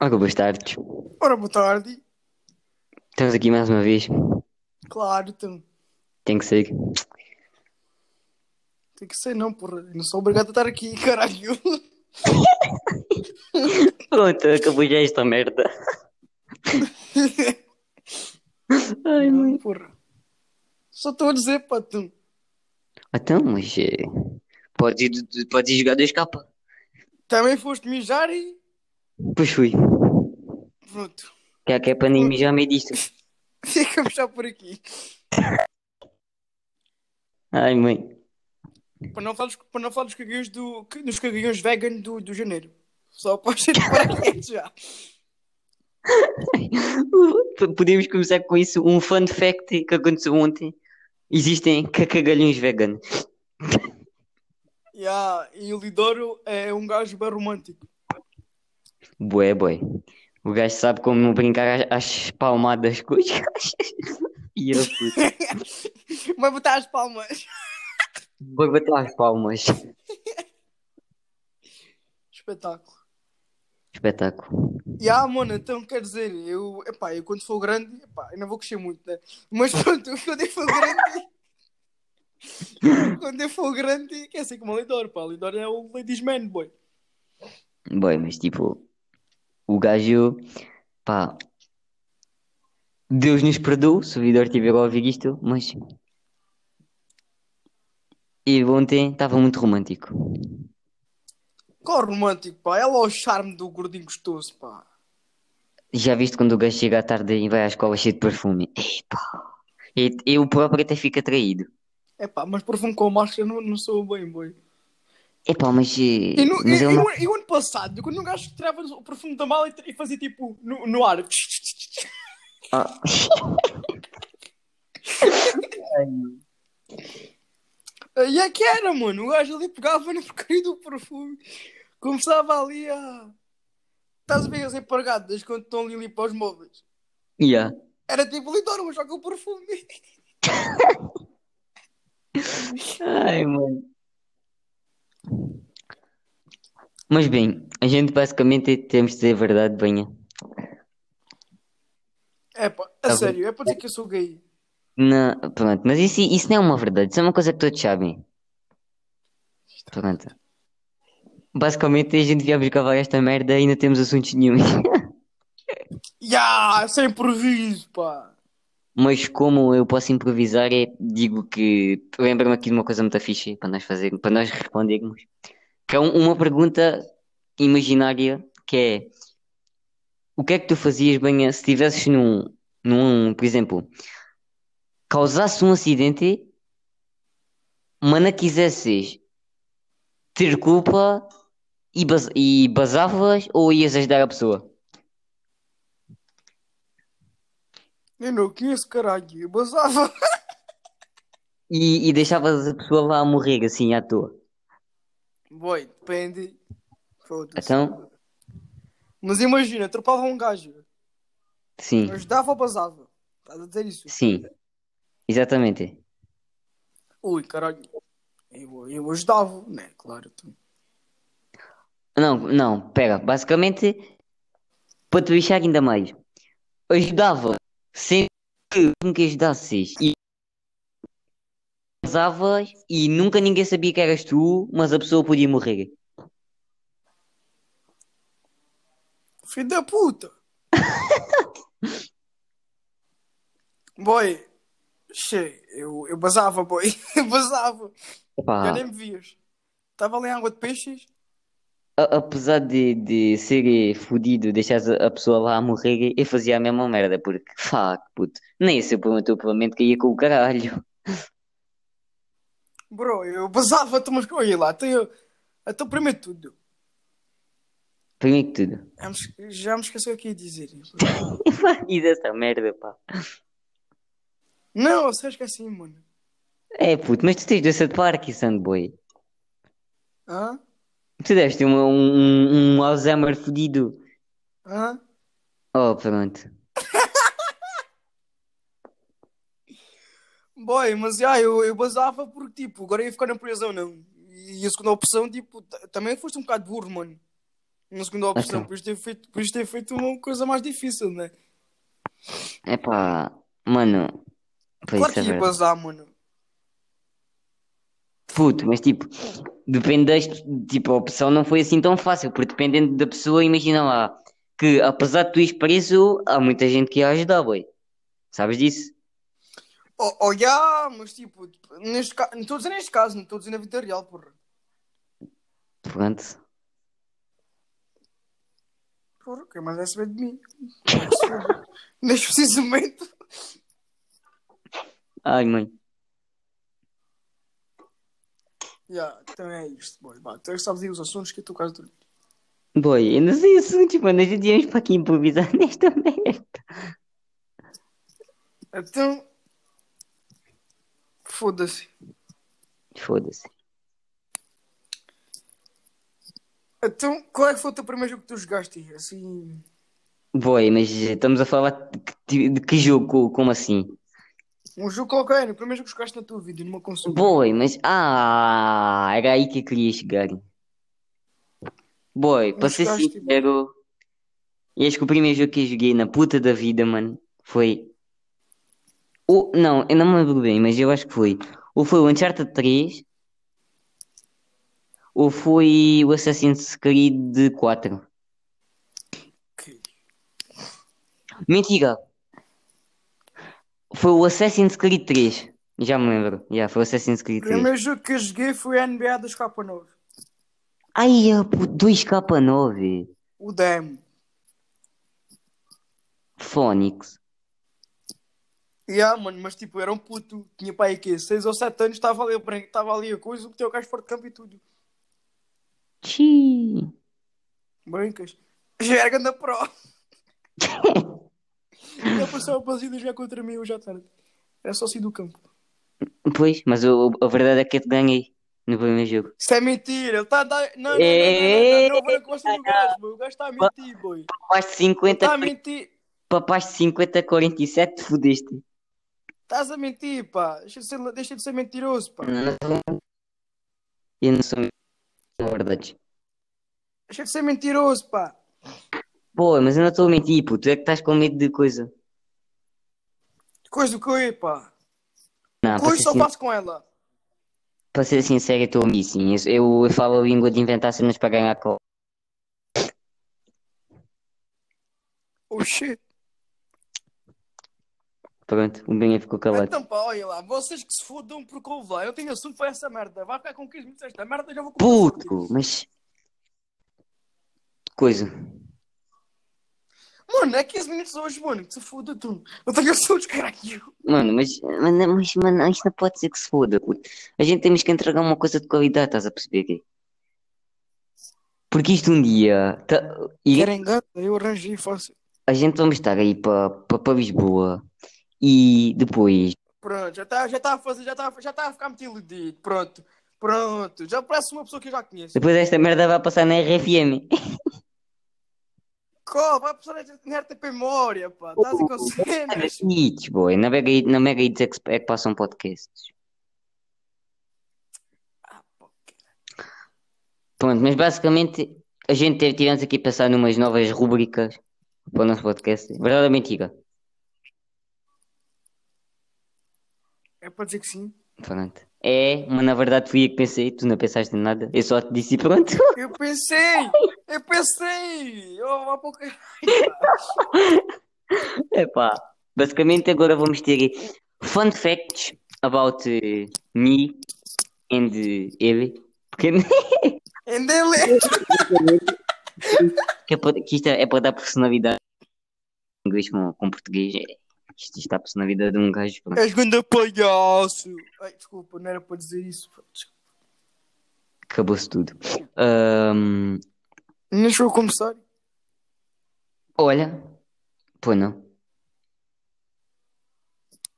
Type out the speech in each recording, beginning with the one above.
Olá, boas tardes. Ora, boa tarde. Estamos aqui mais uma vez. Claro, tem, Tem que ser. tem que ser, não, porra. Eu não sou obrigado a estar aqui, caralho. Pronto, acabou já esta merda. Ai, Não, mãe. porra. Só estou a dizer, pá, tu. Então, mas. eh, Podes ir, podes ir jogar 2K. Também foste mijar e. Pois fui. Pronto. Que é que é para nem mijar meio disto. Ficamos já por aqui. Ai, mãe. Para não falar dos, para não falar dos caguinhos do, dos caguinhos vegan do, do janeiro. Só para ser para quente já. Podemos começar com isso. Um fun fact que aconteceu ontem. Existem cacagalhões veganos. Yeah, e o Lidoro é um gajo bem romântico. Bué, bué. O gajo sabe como não brincar às, às palmadas com os gajos. E eu puto. Vai botar as palmas. Vou bater às palmas. Espetáculo. Espetáculo. E ah, mano, então quer dizer, eu, epá, eu quando for grande, epá, eu não vou crescer muito, né? Mas pronto, eu quando eu for grande, quando eu for grande, quer ser como o Lidor, pá, o Lidor é o ladies man, boy. Bem, mas tipo, o gajo, pá, Deus nos perdoe se o Vidor tiver a ouvir isto, mas. E ontem estava muito romântico. Qual romântico, pá, é lá o charme do gordinho gostoso, pá. Já viste quando o gajo chega à tarde e vai à escola cheio de perfume? Epá! E- Eu próprio até fico atraído. Epá, mas perfume com máscara não, não sou bem, boy. Epá, mas. eh, E, no, Mas ele e, e é- não. o- e o ano passado, quando um gajo tirava o perfume da mala e, e fazia tipo no, no ar, Ah. e é que era, mano, o gajo ali pegava na porcaria do perfume, começava ali a. Estás bem as empregadas quando estão ali ali para os móveis? Yeah. Era tipo Lidor, mas só com perfume. Ai, mano. Mas bem, a gente basicamente temos de dizer a verdade, banha. É pá, a Tá bem. sério, é para dizer que eu sou gay. Não, pronto, mas isso, isso não é uma verdade, isso é uma coisa que todos sabem. Pronto. Basicamente, a gente devia buscar esta merda e não temos assuntos nenhum. Ya, sem improviso, pá. Mas como eu posso improvisar, é, digo que lembro-me aqui de uma coisa muito fixe para nós fazermos, para nós respondermos. Que é um- uma pergunta imaginária que é o que é que tu fazias, bem, se estivesses num, num, por exemplo, causasse um acidente, mas não quisesses ter culpa e, bas e basavas ou ias ajudar a pessoa? Eu não conheço, caralho. Eu basava. E, e deixavas a pessoa lá a morrer assim à toa. Boy, depende. Foda-se. Então, Mas imagina, atropava um gajo. sim, Ajudava ou basava? Estás a dizer isso? Hum. sim, exatamente. Ui, caralho. Eu, eu ajudava, né? Claro. tu. Não, não, pera, basicamente, para te deixar ainda mais, ajudava sem que nunca ajudasses e basavas e nunca ninguém sabia que eras tu, mas a pessoa podia morrer. Filho da puta. boy. Che, eu, eu basava, boy. Eu basava. Já Epá, nem me vias. Estava ali em água de peixes. a- apesar de, de ser eh, fudido, deixares a a pessoa lá a morrer, eu fazia a mesma merda, porque, fuck, puto, nem esse problema, teu provavelmente caía com o caralho. Bro, eu basava-te umas coisas. Olha lá, até eu. Até primeiro de tudo. Primeiro que tudo. Já me esque- já me esqueci o que ia dizer. Diz essa merda, pá. Não, eu que assim, mano. É, puto, mas tu tens doença de Parkinson, boy. Hã? Tu deves ter uma- um, um, um Alzheimer fudido. Hã? Oh, pronto. Boy, mas já, eu, eu basava porque, tipo, agora ia ficar na prisão, não. E a segunda opção, tipo, t- também foste um bocado burro, mano. Uma segunda opção, Ok. por isto ter feito, por isto ter feito uma coisa mais difícil, né? É pá, mano. Pois Claro isso que é ia verdade. bazar, mano. Puto, mas tipo, depende das. Tipo, a opção não foi assim tão fácil, porque dependendo da pessoa, imagina lá, que apesar de tu ires preso, há muita gente que ia ajudar, boi. Sabes disso? Oh, oh yeah, mas tipo, neste ca... não estou a dizer neste caso, não estou a dizer na vida real, porra. Pronto. Porra, quem mais vai saber de mim? Neste preciso momento. Ai, mãe. Yeah, então é isto, boy. Vá, tu é que sabes aí os assuntos que eu estou quase dormindo. Boi, eu não sei isso, tipo, nós já tínhamos para aqui improvisar nesta merda. Então. Foda-se. Foda-se. Então, qual é que foi o teu primeiro jogo que tu jogaste? Assim. Boi, mas estamos a falar de que, de que jogo? Como assim? Um jogo qualquer, o primeiro jogo que jogaste na tua vida, numa consola. Boi, mas. Ah, era aí que eu queria chegar. Boi, para Mas ser gosto, sincero, eu acho que o primeiro jogo que eu joguei na puta da vida, mano, foi. Ou, não, eu não me lembro bem, mas eu acho que foi. Ou foi o Uncharted 3, ou foi o Assassin's Creed 4. Que- Mentira! Foi o Assassin's Creed 3. Já me lembro. Já, foi o Assassin's O Creed 3. primeiro jogo que eu joguei foi a NBA 2K9. Ai, eu, pô, 2K9. O Demo. Phonics. Yeah, mano, mas tipo, era um puto, tinha pai aqui, 6 ou 7 anos, estava ali, branco, estava ali a coisa, meteu o gajo fora de campo e tudo. Tchii. Brancas. Já era grande pro. já passava para a jogar contra mim hoje à tarde. Era só sair do campo. Pois, mas o, o- a verdade é que eu te ganhei no primeiro jogo. Isso é mentira, ele está a dar. Não, não, não, não, Ei, não, não, não, não, não, gosto do gajo, boy. o gajo está a mentir, boy. Papás de 50, Está a mentir, papás de 50, 47, te fodeste. estás a mentir, pá. Deixa de ser, deixa de ser mentiroso, pá. Eu não sou na verdade. Deixa de ser mentiroso, pá. Pô, mas eu não estou a mentir, pô. Tu é que estás com medo de coisa. Coisa do que eu, pá. Não, para Coisa ser, só sin- faço com ela. para ser sincero, eu estou a mentir, sim. Eu, eu, eu falo a língua de inventar cenas para ganhar cola. Oh shit. Pronto, o Benha ficou calado. Então, pá, olha lá, vocês que se fodam porque houve lá, eu tenho assunto para essa merda. Vai ficar com 15 minutos esta merda, já vou Puto, mas. Coisa. Mano, é 15 minutos hoje, mano, que se foda tu. Eu tenho assuntos, caralho. Mano, mas, mano, mas mano, isto não pode ser que se foda, puto. A gente temos que entregar uma coisa de qualidade, estás a perceber? quê? Porque isto um dia. tá- e Querem gato? Eu arranjei fácil. a gente vamos estar aí para Lisboa e depois. Pronto, já está já tá a fazer, já está já tá a ficar muito iludido. Pronto, pronto. Já parece uma pessoa que eu já conheço. Depois esta merda vai passar na RFM. Qual? Vai passar esta merda para memória, pá. Estás a cenas. Hits, boy. Na Mega Hits- na Mega Hits é que, se- é que passam podcasts. Ah, pá, Pronto, mas basicamente a gente teve- tivemos aqui a pensar numas novas rubricas para o nosso podcast. Verdade ou mentira? É para dizer que sim. Pronto. É, mas na verdade fui eu que pensei, tu não pensaste em nada, eu só te disse e pronto. Eu pensei! Eu pensei! Eu vou pouco. Epá. Basicamente agora vamos ter fun facts about eh, me and eh, ele. Porque Endele! que é para- que isto é para dar personalidade. Inglês com, com português, é, isto está a personalidade de um gajo. pronto. És grande palhaço! Ai, desculpa, não era para dizer isso. pá. Desculpa. Acabou-se tudo. Ahm, Nem chegou a começar. olha, pô não.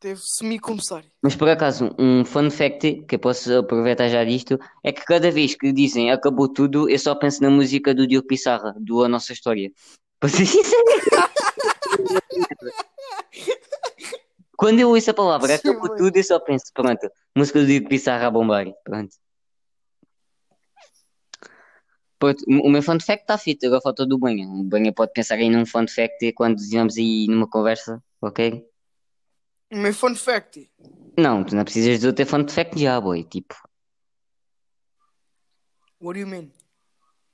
Teve semi-começar. Mas por acaso, um fun fact que eu posso aproveitar já disto é que cada vez que dizem acabou tudo, eu só penso na música do Diogo Pissarra, do A Nossa História. Para ser sincero. Quando eu ouço a palavra Sim, acabou mãe. tudo, eu só penso, pronto, música do Diogo Pissarra a bombar. Pronto. Porto- o meu fun fact está fito, agora falta do banha. O banha pode pensar aí num fun fact quando dizemos aí numa conversa, ok? O meu fun fact. Não, tu não precisas de outro fun fact já, boy. Tipo, What do you mean?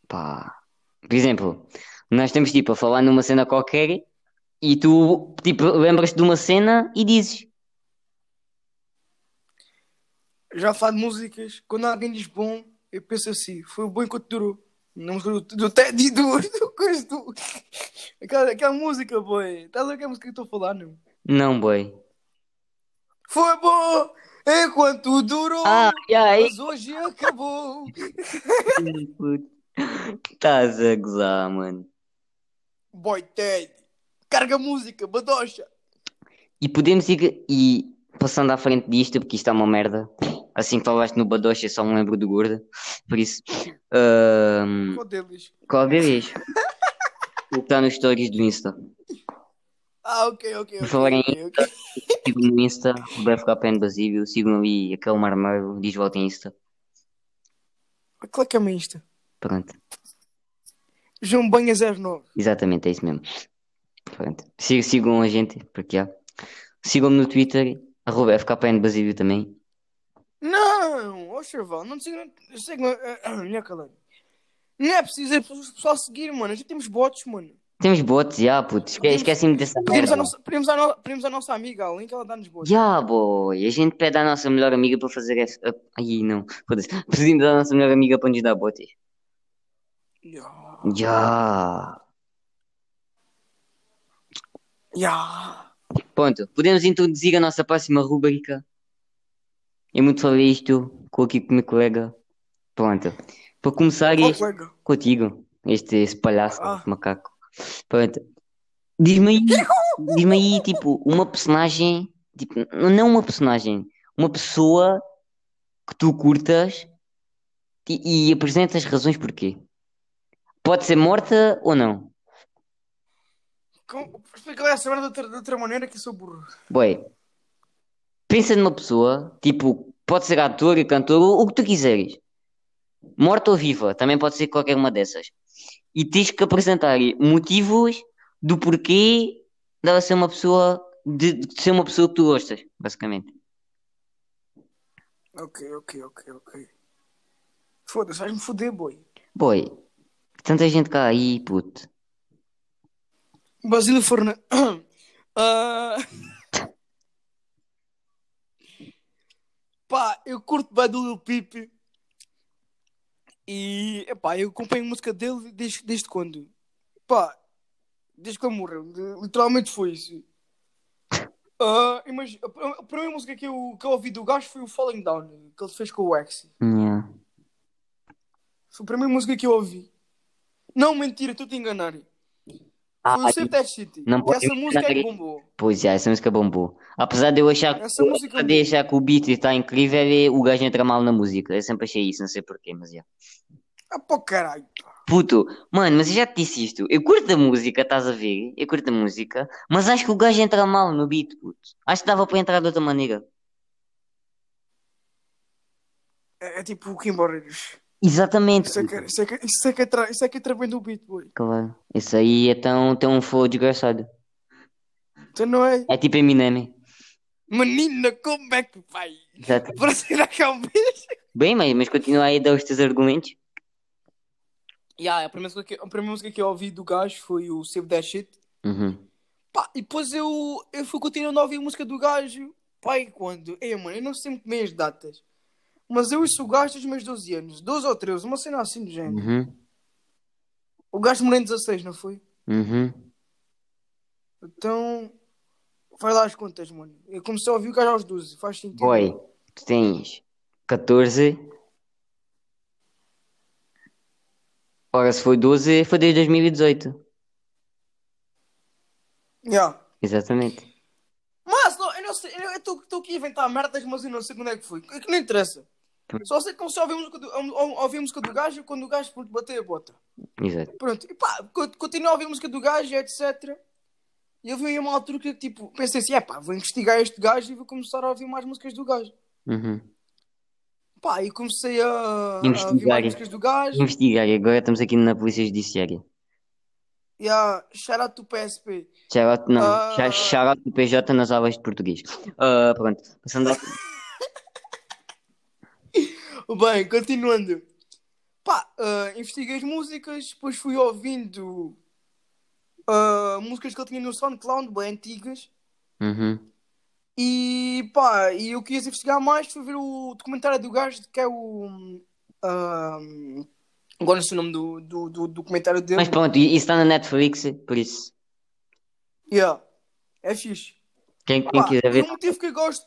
pá. Por exemplo, nós estamos tipo a falar numa cena qualquer e tu, tipo, lembras-te de uma cena e dizes. Já falo de músicas. Quando alguém diz bom, eu penso assim. Foi bom enquanto durou. Não do, do Teddy, do, do coisa do. Aquela, aquela música, boy. Estás a ver que música que eu estou a falar, não? Não, boy. Foi bom enquanto durou. Ah, e aí? Mas hoje acabou. Estás a gozar, mano. Boy, Teddy. Carga a música, badocha. E podemos ir. E passando à frente disto, porque isto é uma merda. Assim que falaste no Badocha, eu só me lembro do gorda. Por isso. ahm, Qual deles? qual deles? O que está nos stories do Insta. Ah, ok, ok. Por ok, falar em ok, ok. Sigo no Insta, o BFKPN Basílio. é Sigam ali aquele marmeiro, diz volta em Insta. Qual é que é o meu Insta? Pronto, João Banha 09. exatamente, é isso mesmo. Pronto. Sig- Sigam a gente, porque há. Sigam-me no Twitter, arroba FKPN Basílio é também. Não, ô Cherval, não te sigo. Eu sigo. ah, ah, Minha calando. Não é preciso é só seguir, mano. Já temos bots, mano. Temos bots, já, puto. Esque Podemos- Esquecem-me dessa Pedimos merda. à nossa, pedimos à no- pedimos à nossa amiga, além que ela dá-nos bots. Já, boy. A gente pede à nossa melhor amiga para fazer essa. Aí, não. Foda-se. Pedimos à nossa melhor amiga para nos dar botes. Ya. Já. Ya. Pronto. Podemos introduzir a nossa próxima rubrica. Eu muito falei isto com aqui com o meu colega. Pronto. Para começar Qual este, colega? contigo. Este, esse palhaço, Ah. esse macaco. Pronto. Diz-me aí, diz-me aí, tipo, uma personagem. Tipo, n- não uma personagem. Uma pessoa que tu curtas e, e apresenta as razões porquê. Pode ser morta ou não. Com- Explica lá essa merda de outra, de outra maneira que eu sou burro. Bem, pensa numa pessoa, tipo, pode ser ator, cantor, o, o que tu quiseres. Morta ou viva, também pode ser qualquer uma dessas. E tens que apresentar motivos do porquê dela ser uma pessoa de, de ser uma pessoa que tu gostas, basicamente. Ok, ok, ok, ok. Foda-se, vais-me foder, boi. Boy, tanta gente cá aí, puto. Basílio Fernandes. Ah. Pá, eu curto bem do Lil Peep. E, epá, eu acompanho a música dele desde, desde quando? Pá, desde que ele morreu. De- Literalmente foi isso. Ah, imagina, a, a primeira música que eu, que eu ouvi do gajo foi o Falling Down, que ele fez com o Axie. Yeah. Foi a primeira música que eu ouvi. Não, mentira, estou te a enganar. Foi Ah, o Save That City. não pode Essa música é que enganar. bombou. Pois é, essa música bombou. Apesar de eu achar, Essa música apesar de eu achar que o beat está incrível, é o gajo entra mal na música. Eu sempre achei isso, não sei porquê, mas é. Ah, pô, caralho. Puto, mano, mas eu já te disse isto. Eu curto a música, estás a ver? Eu curto a música, mas acho que o gajo entra mal no beat, puto. Acho que dava para entrar de outra maneira. É, é tipo o Kim Barreiros. Exatamente. Isso é que, puto. isso é que, isso é que, é tra- isso é que é tremendo do beat, boy. Claro. Isso aí é tão, tão foda, desgraçado. Então não é? É tipo Eminem. Menina, como é que vai? Exato. Para tirar cá um beijo. Bem, mas, mas continua aí a dar os teus argumentos. Yeah, a, primeira música que, a primeira música que eu ouvi do gajo foi o Save That Shit. Uhum. Pá, e depois eu, eu fui continuando a ouvir a música do gajo. Pá, e quando? Ei, mano, eu não sei muito bem as datas. Mas eu ouço o gajo dos meus 12 anos. 12 ou 13, uma cena assim do género. Uhum. O gajo morreu em 16, não foi? Uhum. Então, faz lá as contas, mano. Eu comecei a ouvir o gajo aos 12, faz sentido. Boy, tu tens 14. Ora, se foi 12, foi desde 2018. Yeah. Exatamente. Mas não, eu não sei, eu estou aqui a inventar merdas, mas eu não sei quando é que foi. Que que não interessa. Só sei que comecei a ouvir a música do, a, a- a ouvir a música do gajo quando o gajo pronto, bateu a bota. Exato. Pronto, e pá, co- continuei a ouvir a música do gajo, etc. E eu vi uma altura que tipo, pensei assim: é pá, vou investigar este gajo e vou começar a ouvir mais músicas do gajo. Uhum. Pá, e comecei a, a ver Investigar. mais músicas do gajo. Investigar, agora estamos aqui na Polícia Judiciária. E a shout do PSP. Shout, não, Ah. Shout- shout do PJ nas aulas de português. Ah, pronto, passando ao... Bem, continuando. Pá, ah, investiguei as músicas, depois fui ouvindo ah, músicas que ele tinha no SoundCloud, bem antigas. Uhum. E pá, e eu quis investigar mais, fui ver o documentário do gajo que é o. ah, agora não sei o nome do, do, do documentário dele. Mas pronto, e- isso está na Netflix, por isso, Yeah, é fixe. quem, quem Pá, quiser e ver, um motivo que eu gosto.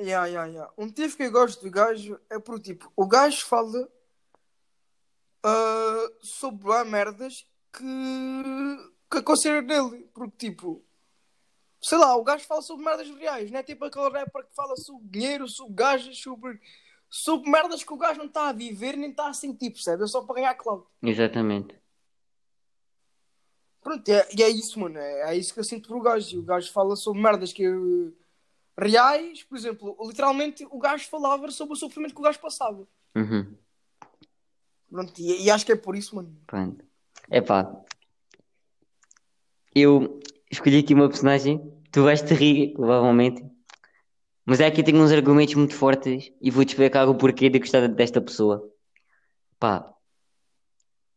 Yeah, yeah, yeah. Um motivo que eu gosto do gajo é pro tipo, o gajo fala ah, sobre lá merdas que, que aconteceram nele. Porque tipo, sei lá, o gajo fala sobre merdas reais, não é tipo aquele rapper que fala sobre dinheiro, sobre gajas, sobre, sobre merdas que o gajo não está a viver nem está a sentir, percebe? É só para ganhar clout. exatamente. Pronto, é, e é isso, mano. É, é isso que eu sinto por o gajo. E o gajo fala sobre merdas que eh, reais, por exemplo, literalmente o gajo falava sobre o sofrimento que o gajo passava. Uhum. Pronto, e, e acho que é por isso, mano. Pronto. Epá. Eu escolhi aqui uma personagem. Tu vais te rir, provavelmente. Mas é que eu tenho uns argumentos muito fortes e vou-te explicar o porquê de gostar desta pessoa. Pá.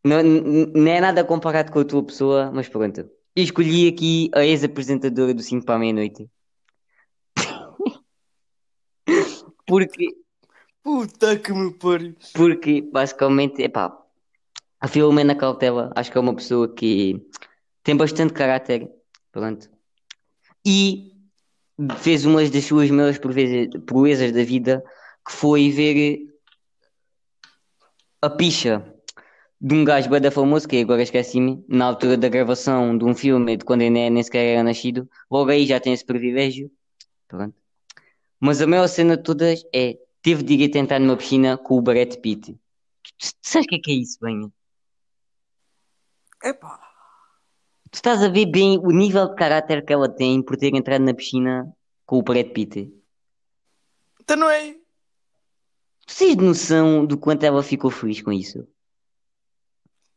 Não, n- não é nada comparado com a tua pessoa, mas pronto. Eu escolhi aqui a ex-apresentadora do 5 para a meia-noite. Porque Puta que me pariu. porque basicamente, epá, a Filomena Cautela acho que é uma pessoa que tem bastante caráter, pronto, e fez umas das suas maiores proveza- proezas da vida, que foi ver a picha de um gajo bada famoso, que agora esqueci-me, na altura da gravação de um filme, de quando ainda nem sequer era nascido, logo aí já tem esse privilégio, pronto. Mas a maior cena de todas é teve de ir tentar numa piscina com o Brad Pitt. Tu, tu sabes o que é que é isso, Benha? Epá. Tu estás a ver bem o nível de caráter que ela tem por ter entrado na piscina com o Brad Pitt. Então não é. Tu tens noção do quanto ela ficou feliz com isso?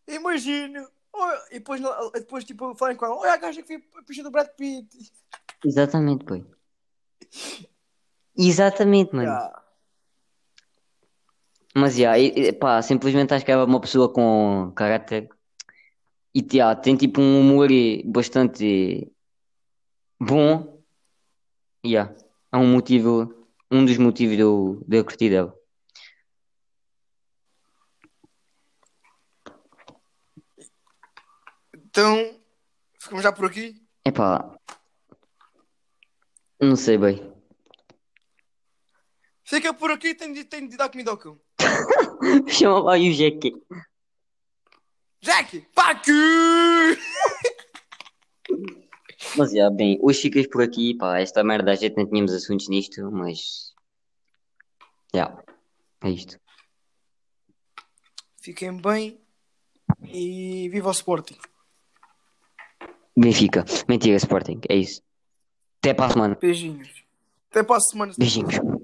Imagino. Oh, e depois, não- depois tipo, falem com ela: Olha a gaja que veio a picha do Brad Pitt. Exatamente, pô. Exatamente, mano. Yeah. Mas, já, e- e, pá, simplesmente acho que ela é uma pessoa com caráter. E, já, tem tipo um humor bastante bom. E, já, é um motivo, um dos motivos de eu, de eu curtir dela. Então, ficamos já por aqui. Epá, não sei bem. Fica por aqui, tenho de, tenho de dar comida ao cão. Chama lá o Jack. Jack, pá aqui! Mas, já, bem, hoje ficas por aqui, pá, esta merda, a gente não tínhamos assuntos nisto, mas... Já, é isto. Fiquem bem e viva o Sporting. Benfica, mentira, Sporting, é isso. Até para a semana. Beijinhos. Até para a semana. Beijinhos.